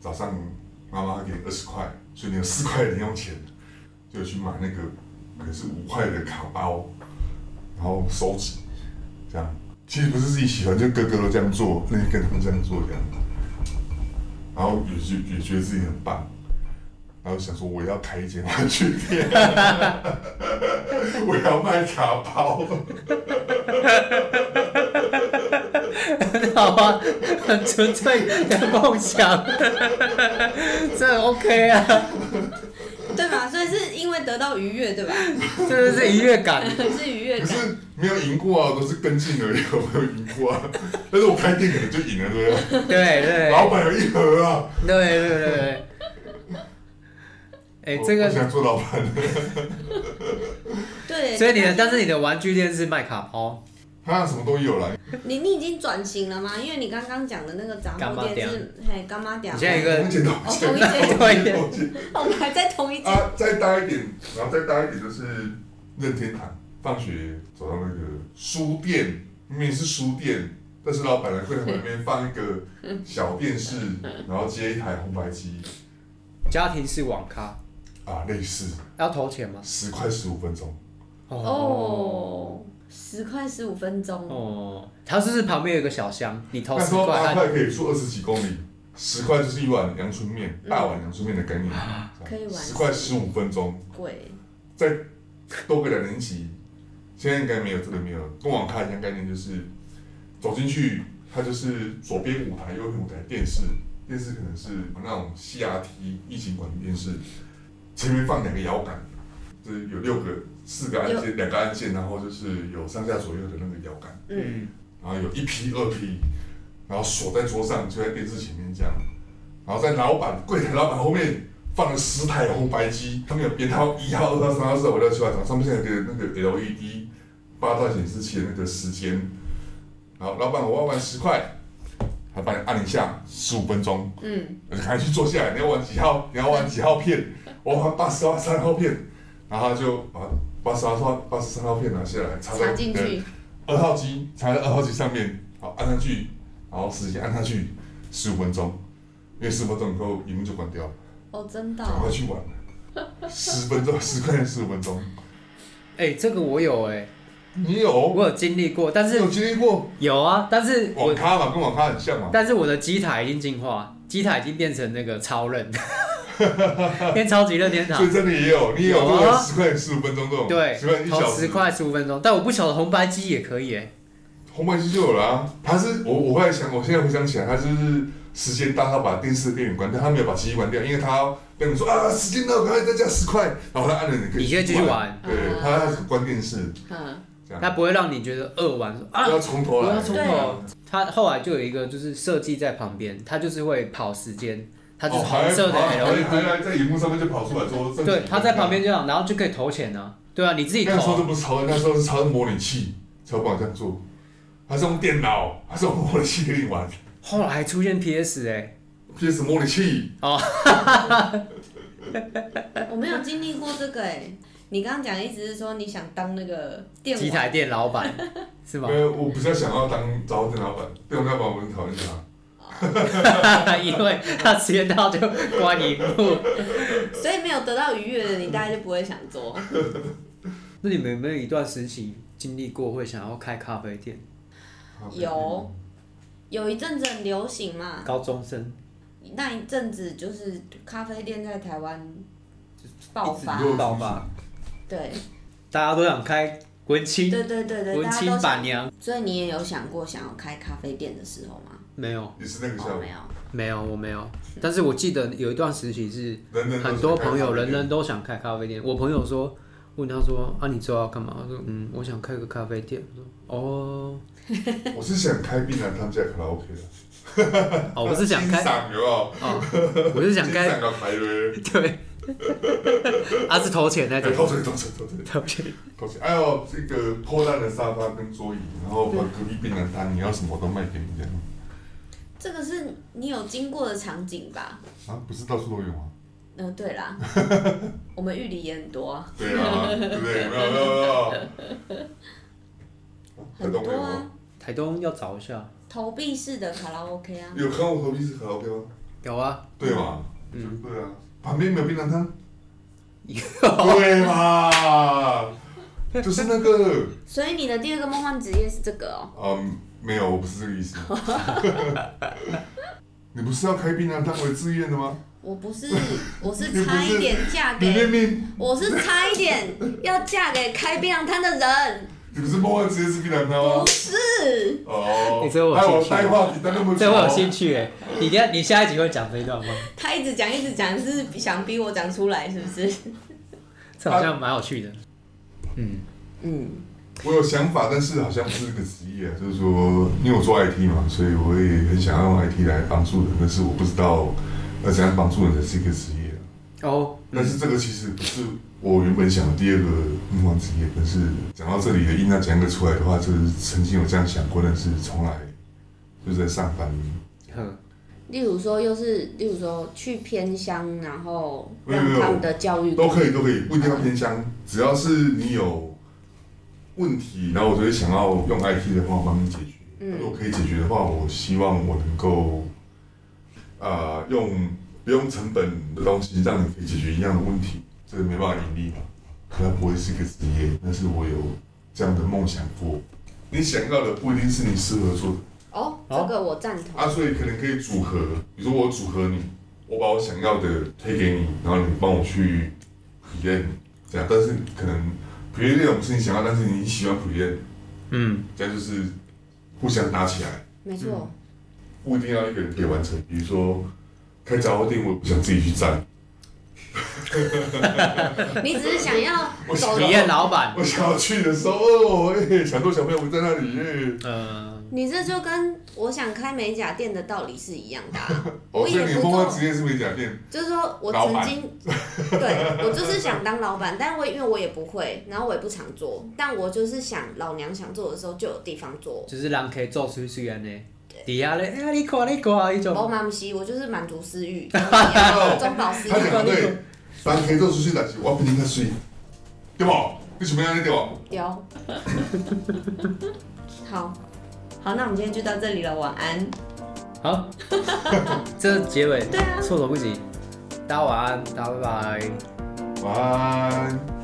[SPEAKER 3] 早上妈妈会给你二十块，所以你有四块零用钱，就去买那个可能是五块的卡包，然后收集，这样其实不是自己喜欢，就哥哥都这样做，那就跟他们这样做这样，然后也觉也觉得自己很棒，然后想说我要开一间玩具店，我要卖卡包，
[SPEAKER 4] 很好啊，很纯粹的梦想， 这 OK 啊，
[SPEAKER 2] 对吧？所以是因为得到愉悦，对吧？
[SPEAKER 4] 真的是愉悦感。
[SPEAKER 2] 是愉悦
[SPEAKER 3] 可
[SPEAKER 2] 感。
[SPEAKER 3] 是没有赢过啊，都是跟进而已，我没有赢过啊，但是我开店可能就赢了，对不对？
[SPEAKER 4] 对对
[SPEAKER 3] 老板有一盒啊，
[SPEAKER 4] 对对对对。哎、
[SPEAKER 3] 我
[SPEAKER 4] 这
[SPEAKER 3] 我
[SPEAKER 4] 个，
[SPEAKER 3] 想做老板，
[SPEAKER 2] 对，
[SPEAKER 4] 所以你的，但是你的玩具店是卖卡包，
[SPEAKER 3] 他什么都有了，
[SPEAKER 2] 你你已经转型了吗？因为你刚刚讲的那个杂
[SPEAKER 4] 干妈
[SPEAKER 2] 货店
[SPEAKER 4] 店
[SPEAKER 2] 是嘿干妈店
[SPEAKER 4] 你，现在一个
[SPEAKER 3] 我剪刀
[SPEAKER 2] 哦，
[SPEAKER 3] 剪
[SPEAKER 2] 同一
[SPEAKER 3] 刀
[SPEAKER 2] 间，
[SPEAKER 4] 对
[SPEAKER 3] 我 剪
[SPEAKER 2] 我们还在同一间。
[SPEAKER 3] 啊，再大一点，然后再大一点就是任天堂。放学走到那个书店，明明是书店，但是老板在柜台旁边放一个小电视，然后接一台红白机
[SPEAKER 4] 家庭式网咖，
[SPEAKER 3] 啊，类似
[SPEAKER 4] 要投钱吗？
[SPEAKER 3] 十块十五分钟，
[SPEAKER 2] 哦，十块十五分钟，
[SPEAKER 4] 哦，它是不是旁边有一个小箱，你投
[SPEAKER 3] 那
[SPEAKER 4] 十
[SPEAKER 3] 时候
[SPEAKER 4] 块，啊
[SPEAKER 3] 八
[SPEAKER 4] 按
[SPEAKER 3] 块可以出二十几公里，十块就是一碗阳春面，大碗阳春面的概念，
[SPEAKER 4] 啊
[SPEAKER 2] 可以玩
[SPEAKER 3] 十块十五分钟，
[SPEAKER 2] 贵。
[SPEAKER 3] 再多个两年级，现在应该没有这个没有，跟网咖一样概念，就是走进去，它就是左边舞台，右边舞台电视，电视可能是那种 CRT 疫情管理电视，前面放两个摇杆，就是有六个、四个按键，两个按键，然后就是有上下左右的那个摇杆，
[SPEAKER 2] 嗯，
[SPEAKER 4] 嗯，
[SPEAKER 3] 然后有一批、二批，然后锁在桌上，就在电视前面这样，然后在老板柜台老板后面放了十台红白机，他们有编号一号、二号、三号、四号、五六、七号，上面有个那个 LED 八段显示器的那个时间，然后老板我要玩十块，他帮你按一下十五分钟，
[SPEAKER 2] 嗯，
[SPEAKER 3] 赶快去坐下来，你要玩几号？你要玩几号片？我玩八十号三号片，然后他就把八十号八十三号片拿下来插在
[SPEAKER 2] 插进去。
[SPEAKER 4] 嗯
[SPEAKER 3] 二号机插在二号机上面，好按上去，然后时间按下去十五分钟，因为十五分钟以后荧幕就关掉，
[SPEAKER 2] 哦，真的
[SPEAKER 3] 赶
[SPEAKER 2] 哦、
[SPEAKER 3] 快去玩了。十分钟，十块钱十五分钟，
[SPEAKER 4] 哎、这个我有哎、
[SPEAKER 3] 你有？
[SPEAKER 4] 我有经历过，但
[SPEAKER 3] 你
[SPEAKER 4] 是
[SPEAKER 3] 有经历过
[SPEAKER 4] 有啊，但是
[SPEAKER 3] 网
[SPEAKER 4] 我
[SPEAKER 3] 咖嘛？跟网咖很像嘛？
[SPEAKER 4] 但是我的机台已经进化，机台已经变成那个 超人，变超级任天堂
[SPEAKER 3] 所以，真的也有，你也有
[SPEAKER 4] 啊有
[SPEAKER 3] 这
[SPEAKER 4] 啊
[SPEAKER 3] 个十块钱十五分钟这种，
[SPEAKER 4] 对
[SPEAKER 3] 十块钱，一
[SPEAKER 4] 投
[SPEAKER 3] 小
[SPEAKER 4] 十
[SPEAKER 3] 时，
[SPEAKER 4] 块十五分钟，但我不晓得红白机也可以哎、
[SPEAKER 3] 红白机就有了、啊。他是我，我后来想，我现在回想起来，他就是时间到，他把电视的电源关掉，他没有把机器关掉，因为他要跟你说啊，时间到，赶快再加十块，然后他按了你可以
[SPEAKER 4] 你可以继续玩，
[SPEAKER 3] 对，他他只关电视，
[SPEAKER 2] 嗯，
[SPEAKER 3] 这样
[SPEAKER 4] 它不会让你觉得饿玩说啊
[SPEAKER 3] 不。要从头
[SPEAKER 4] 我
[SPEAKER 3] 来，
[SPEAKER 4] 要从
[SPEAKER 2] 头
[SPEAKER 3] 哦，
[SPEAKER 4] 它后来就有一个就是设计在旁边，它就是会跑时间，它就是
[SPEAKER 3] 还
[SPEAKER 4] 红色的
[SPEAKER 3] 哦还还
[SPEAKER 4] LED，
[SPEAKER 3] 还在荧幕上面就跑出来说，这
[SPEAKER 4] 对，它在旁边这样，然后就可以投钱啊，对啊，你自己
[SPEAKER 3] 那时候
[SPEAKER 4] 投
[SPEAKER 3] 这不是超人，那时候是超人模拟器，超人这样做，他是用电脑，他是用模拟器给你玩
[SPEAKER 4] 后来还出现 PS 哎、
[SPEAKER 3] ，PS 模拟器，
[SPEAKER 2] 我没有经历过这个哎、你刚刚讲的意思是说你想当那个电
[SPEAKER 4] 机
[SPEAKER 2] 玩
[SPEAKER 4] 台店老板是吗
[SPEAKER 3] 因？为我比较想要当找电脑板，电脑板我很讨厌他，
[SPEAKER 4] 因为他时间到就关荧幕。
[SPEAKER 2] 所以没有得到愉悦的你，大概就不会想做。
[SPEAKER 4] 那你们有没有一段时期经历过会想要开咖啡店？哦
[SPEAKER 3] 아, 네.
[SPEAKER 2] 有有一阵子很流行嘛，
[SPEAKER 4] 高中生
[SPEAKER 2] 那一阵子就是咖啡店在台湾爆发，
[SPEAKER 3] 一直有
[SPEAKER 4] 爆发，
[SPEAKER 2] 对
[SPEAKER 4] 大家都想开文青
[SPEAKER 2] 对对对对，
[SPEAKER 4] 文
[SPEAKER 2] 大
[SPEAKER 4] 青
[SPEAKER 2] 家都
[SPEAKER 4] 板
[SPEAKER 2] 想。
[SPEAKER 4] 娘，
[SPEAKER 2] 所以你也有想过想要开咖啡店的时候吗？
[SPEAKER 4] 没有
[SPEAKER 3] 也是那个
[SPEAKER 2] 哦，
[SPEAKER 3] 效
[SPEAKER 2] 没
[SPEAKER 3] 果，
[SPEAKER 2] 有。
[SPEAKER 4] 没有我没有，但是我记得有一段时期是
[SPEAKER 3] 人人都
[SPEAKER 4] 很
[SPEAKER 3] 是
[SPEAKER 4] 多
[SPEAKER 3] 开咖
[SPEAKER 4] 朋友
[SPEAKER 3] 啡
[SPEAKER 4] 人
[SPEAKER 3] 店
[SPEAKER 4] 人都想开咖啡店。我朋友说，问他说啊，你之后要干嘛？他说嗯，我想开个咖啡店。我说哦，
[SPEAKER 3] 我是想开避难汤加卡拉 OK 的，
[SPEAKER 4] 哦，我是想开
[SPEAKER 3] 欣赏有没有？
[SPEAKER 4] 哦，我是想
[SPEAKER 3] 欣
[SPEAKER 4] 开
[SPEAKER 3] 赏个排队，
[SPEAKER 4] 对，啊是投钱那
[SPEAKER 3] 哎
[SPEAKER 4] 种，
[SPEAKER 3] 偷水偷水偷水
[SPEAKER 4] 投钱，
[SPEAKER 3] 偷水！哎呦，这个破烂的沙发跟桌椅，然后把隔壁避难汤，你要什么都卖给你这样
[SPEAKER 2] 这个是你有经过的场景吧？
[SPEAKER 3] 啊？不是到处都有吗？
[SPEAKER 2] 嗯、对 啦，我们玉里也很多、啊，
[SPEAKER 3] 对啊，对不对？有没有？有没有？台
[SPEAKER 2] 很
[SPEAKER 3] 东没
[SPEAKER 2] 多
[SPEAKER 3] 有
[SPEAKER 2] 啊
[SPEAKER 3] 吗？，
[SPEAKER 4] 台东要找一下，
[SPEAKER 2] 投币式的卡拉 OK 啊，
[SPEAKER 3] 有看过投币式卡拉 OK 吗？
[SPEAKER 4] 有啊，
[SPEAKER 3] 对嘛？
[SPEAKER 4] 嗯，
[SPEAKER 3] 对啊，旁边没有槟榔摊，
[SPEAKER 4] 有
[SPEAKER 3] 对嘛？就是那个，
[SPEAKER 2] 所以你的第二个梦幻职业是这个哦。
[SPEAKER 3] 嗯，没有，我不是这个 意思。你不是要开槟榔摊为自愿的吗？
[SPEAKER 2] 我不 是，我是差一点嫁
[SPEAKER 3] 你明
[SPEAKER 2] 给，
[SPEAKER 3] 明
[SPEAKER 2] 我是差一点要嫁给开槟榔摊的人，
[SPEAKER 3] 你不是梦幻职业是槟榔摊吗
[SPEAKER 2] 不？是。
[SPEAKER 3] 哦，
[SPEAKER 4] 你这我有
[SPEAKER 3] 害我
[SPEAKER 4] 兴趣
[SPEAKER 3] 带话题带那么久，啊
[SPEAKER 4] 这我有兴趣哎，你等一下你下一集会讲这一段吗？
[SPEAKER 2] 他一直讲，一直讲，是想逼我讲出来，是不是？
[SPEAKER 4] 这好像蛮有趣的，嗯，
[SPEAKER 1] 嗯，
[SPEAKER 3] 我有想法，但是好像不是这个职业、啊，就是说，因为我做 IT 嘛，所以我也很想要用 IT 来帮助人，但是我不知道要怎样帮助人才是一个职业啊、
[SPEAKER 4] 哦，
[SPEAKER 3] 但是这个其实不是我原本想的第二个梦幻职业，但是讲到这里的硬要讲一个出来的话，就是曾经有这样想过，但是从来就是在上班。
[SPEAKER 4] 呵，
[SPEAKER 2] 例如说，又是例如说去偏乡，然后
[SPEAKER 3] 没有没
[SPEAKER 2] 让
[SPEAKER 3] 有
[SPEAKER 2] 他们的教育
[SPEAKER 3] 都可以，都可以，不一定要偏乡，只要是你有问题，然后我就会想要用 IT 的方法帮你解决。
[SPEAKER 2] 嗯
[SPEAKER 3] 如果可以解决的话，我希望我能够，呃，用不用成本的东西让你可以解决一样的问题，这个没办法盈利嘛，它不会是一个职业，但是我有这样的梦想过。你想要的不一定是你适合做的。
[SPEAKER 2] 哦，这
[SPEAKER 4] 好
[SPEAKER 2] 个我赞同。
[SPEAKER 3] 啊，所以可能可以组合，比如说我组合你，我把我想要的推给你，然后你帮我去 present 这样，但是可能 present 内容不是你想要，但是你喜欢 present，
[SPEAKER 4] 嗯，
[SPEAKER 3] 这样就是互相搭起来，
[SPEAKER 2] 没错，
[SPEAKER 3] 不一定要一个人可以完成。比如说开杂货店，我也不想自己去 站，
[SPEAKER 2] 你只是想要
[SPEAKER 3] 嗯我想
[SPEAKER 2] 走
[SPEAKER 4] 体，验老板，
[SPEAKER 3] 我想要去的时候，哦，哎、小豆小朋友我在那里，哎、
[SPEAKER 4] 呃，
[SPEAKER 2] 你这就跟我想开美甲店的道理是一样的、 啊。
[SPEAKER 3] 哦，
[SPEAKER 2] 我
[SPEAKER 3] 所
[SPEAKER 2] 也
[SPEAKER 3] 以你
[SPEAKER 2] 不
[SPEAKER 3] 的梦幻
[SPEAKER 2] 做
[SPEAKER 3] 职业是美甲店，
[SPEAKER 2] 就是说我
[SPEAKER 3] 老
[SPEAKER 2] 曾
[SPEAKER 3] 板
[SPEAKER 2] 经， 对我就是想当老板，但我因为我也不会，然后我也不常做，但我就是想老娘想做的时候就有地方做。
[SPEAKER 4] 就是人可以做水水安尼，底下咧，哎呀你看你看，
[SPEAKER 3] 嗯
[SPEAKER 4] 一
[SPEAKER 2] 我
[SPEAKER 4] 种，
[SPEAKER 2] 妈咪西，我就是满足私 欲，跟你一样中饱私
[SPEAKER 3] 他
[SPEAKER 2] 欲。
[SPEAKER 3] 讲得对，咱可以做出去，但是我不能太水，对吧？你想要安尼对吧？
[SPEAKER 2] 有。 好，好，那我们今天就到这里了，晚安。
[SPEAKER 4] 好，这结尾
[SPEAKER 2] 对啊
[SPEAKER 4] 措手不及，大家晚安，大家拜拜。
[SPEAKER 3] 晚安。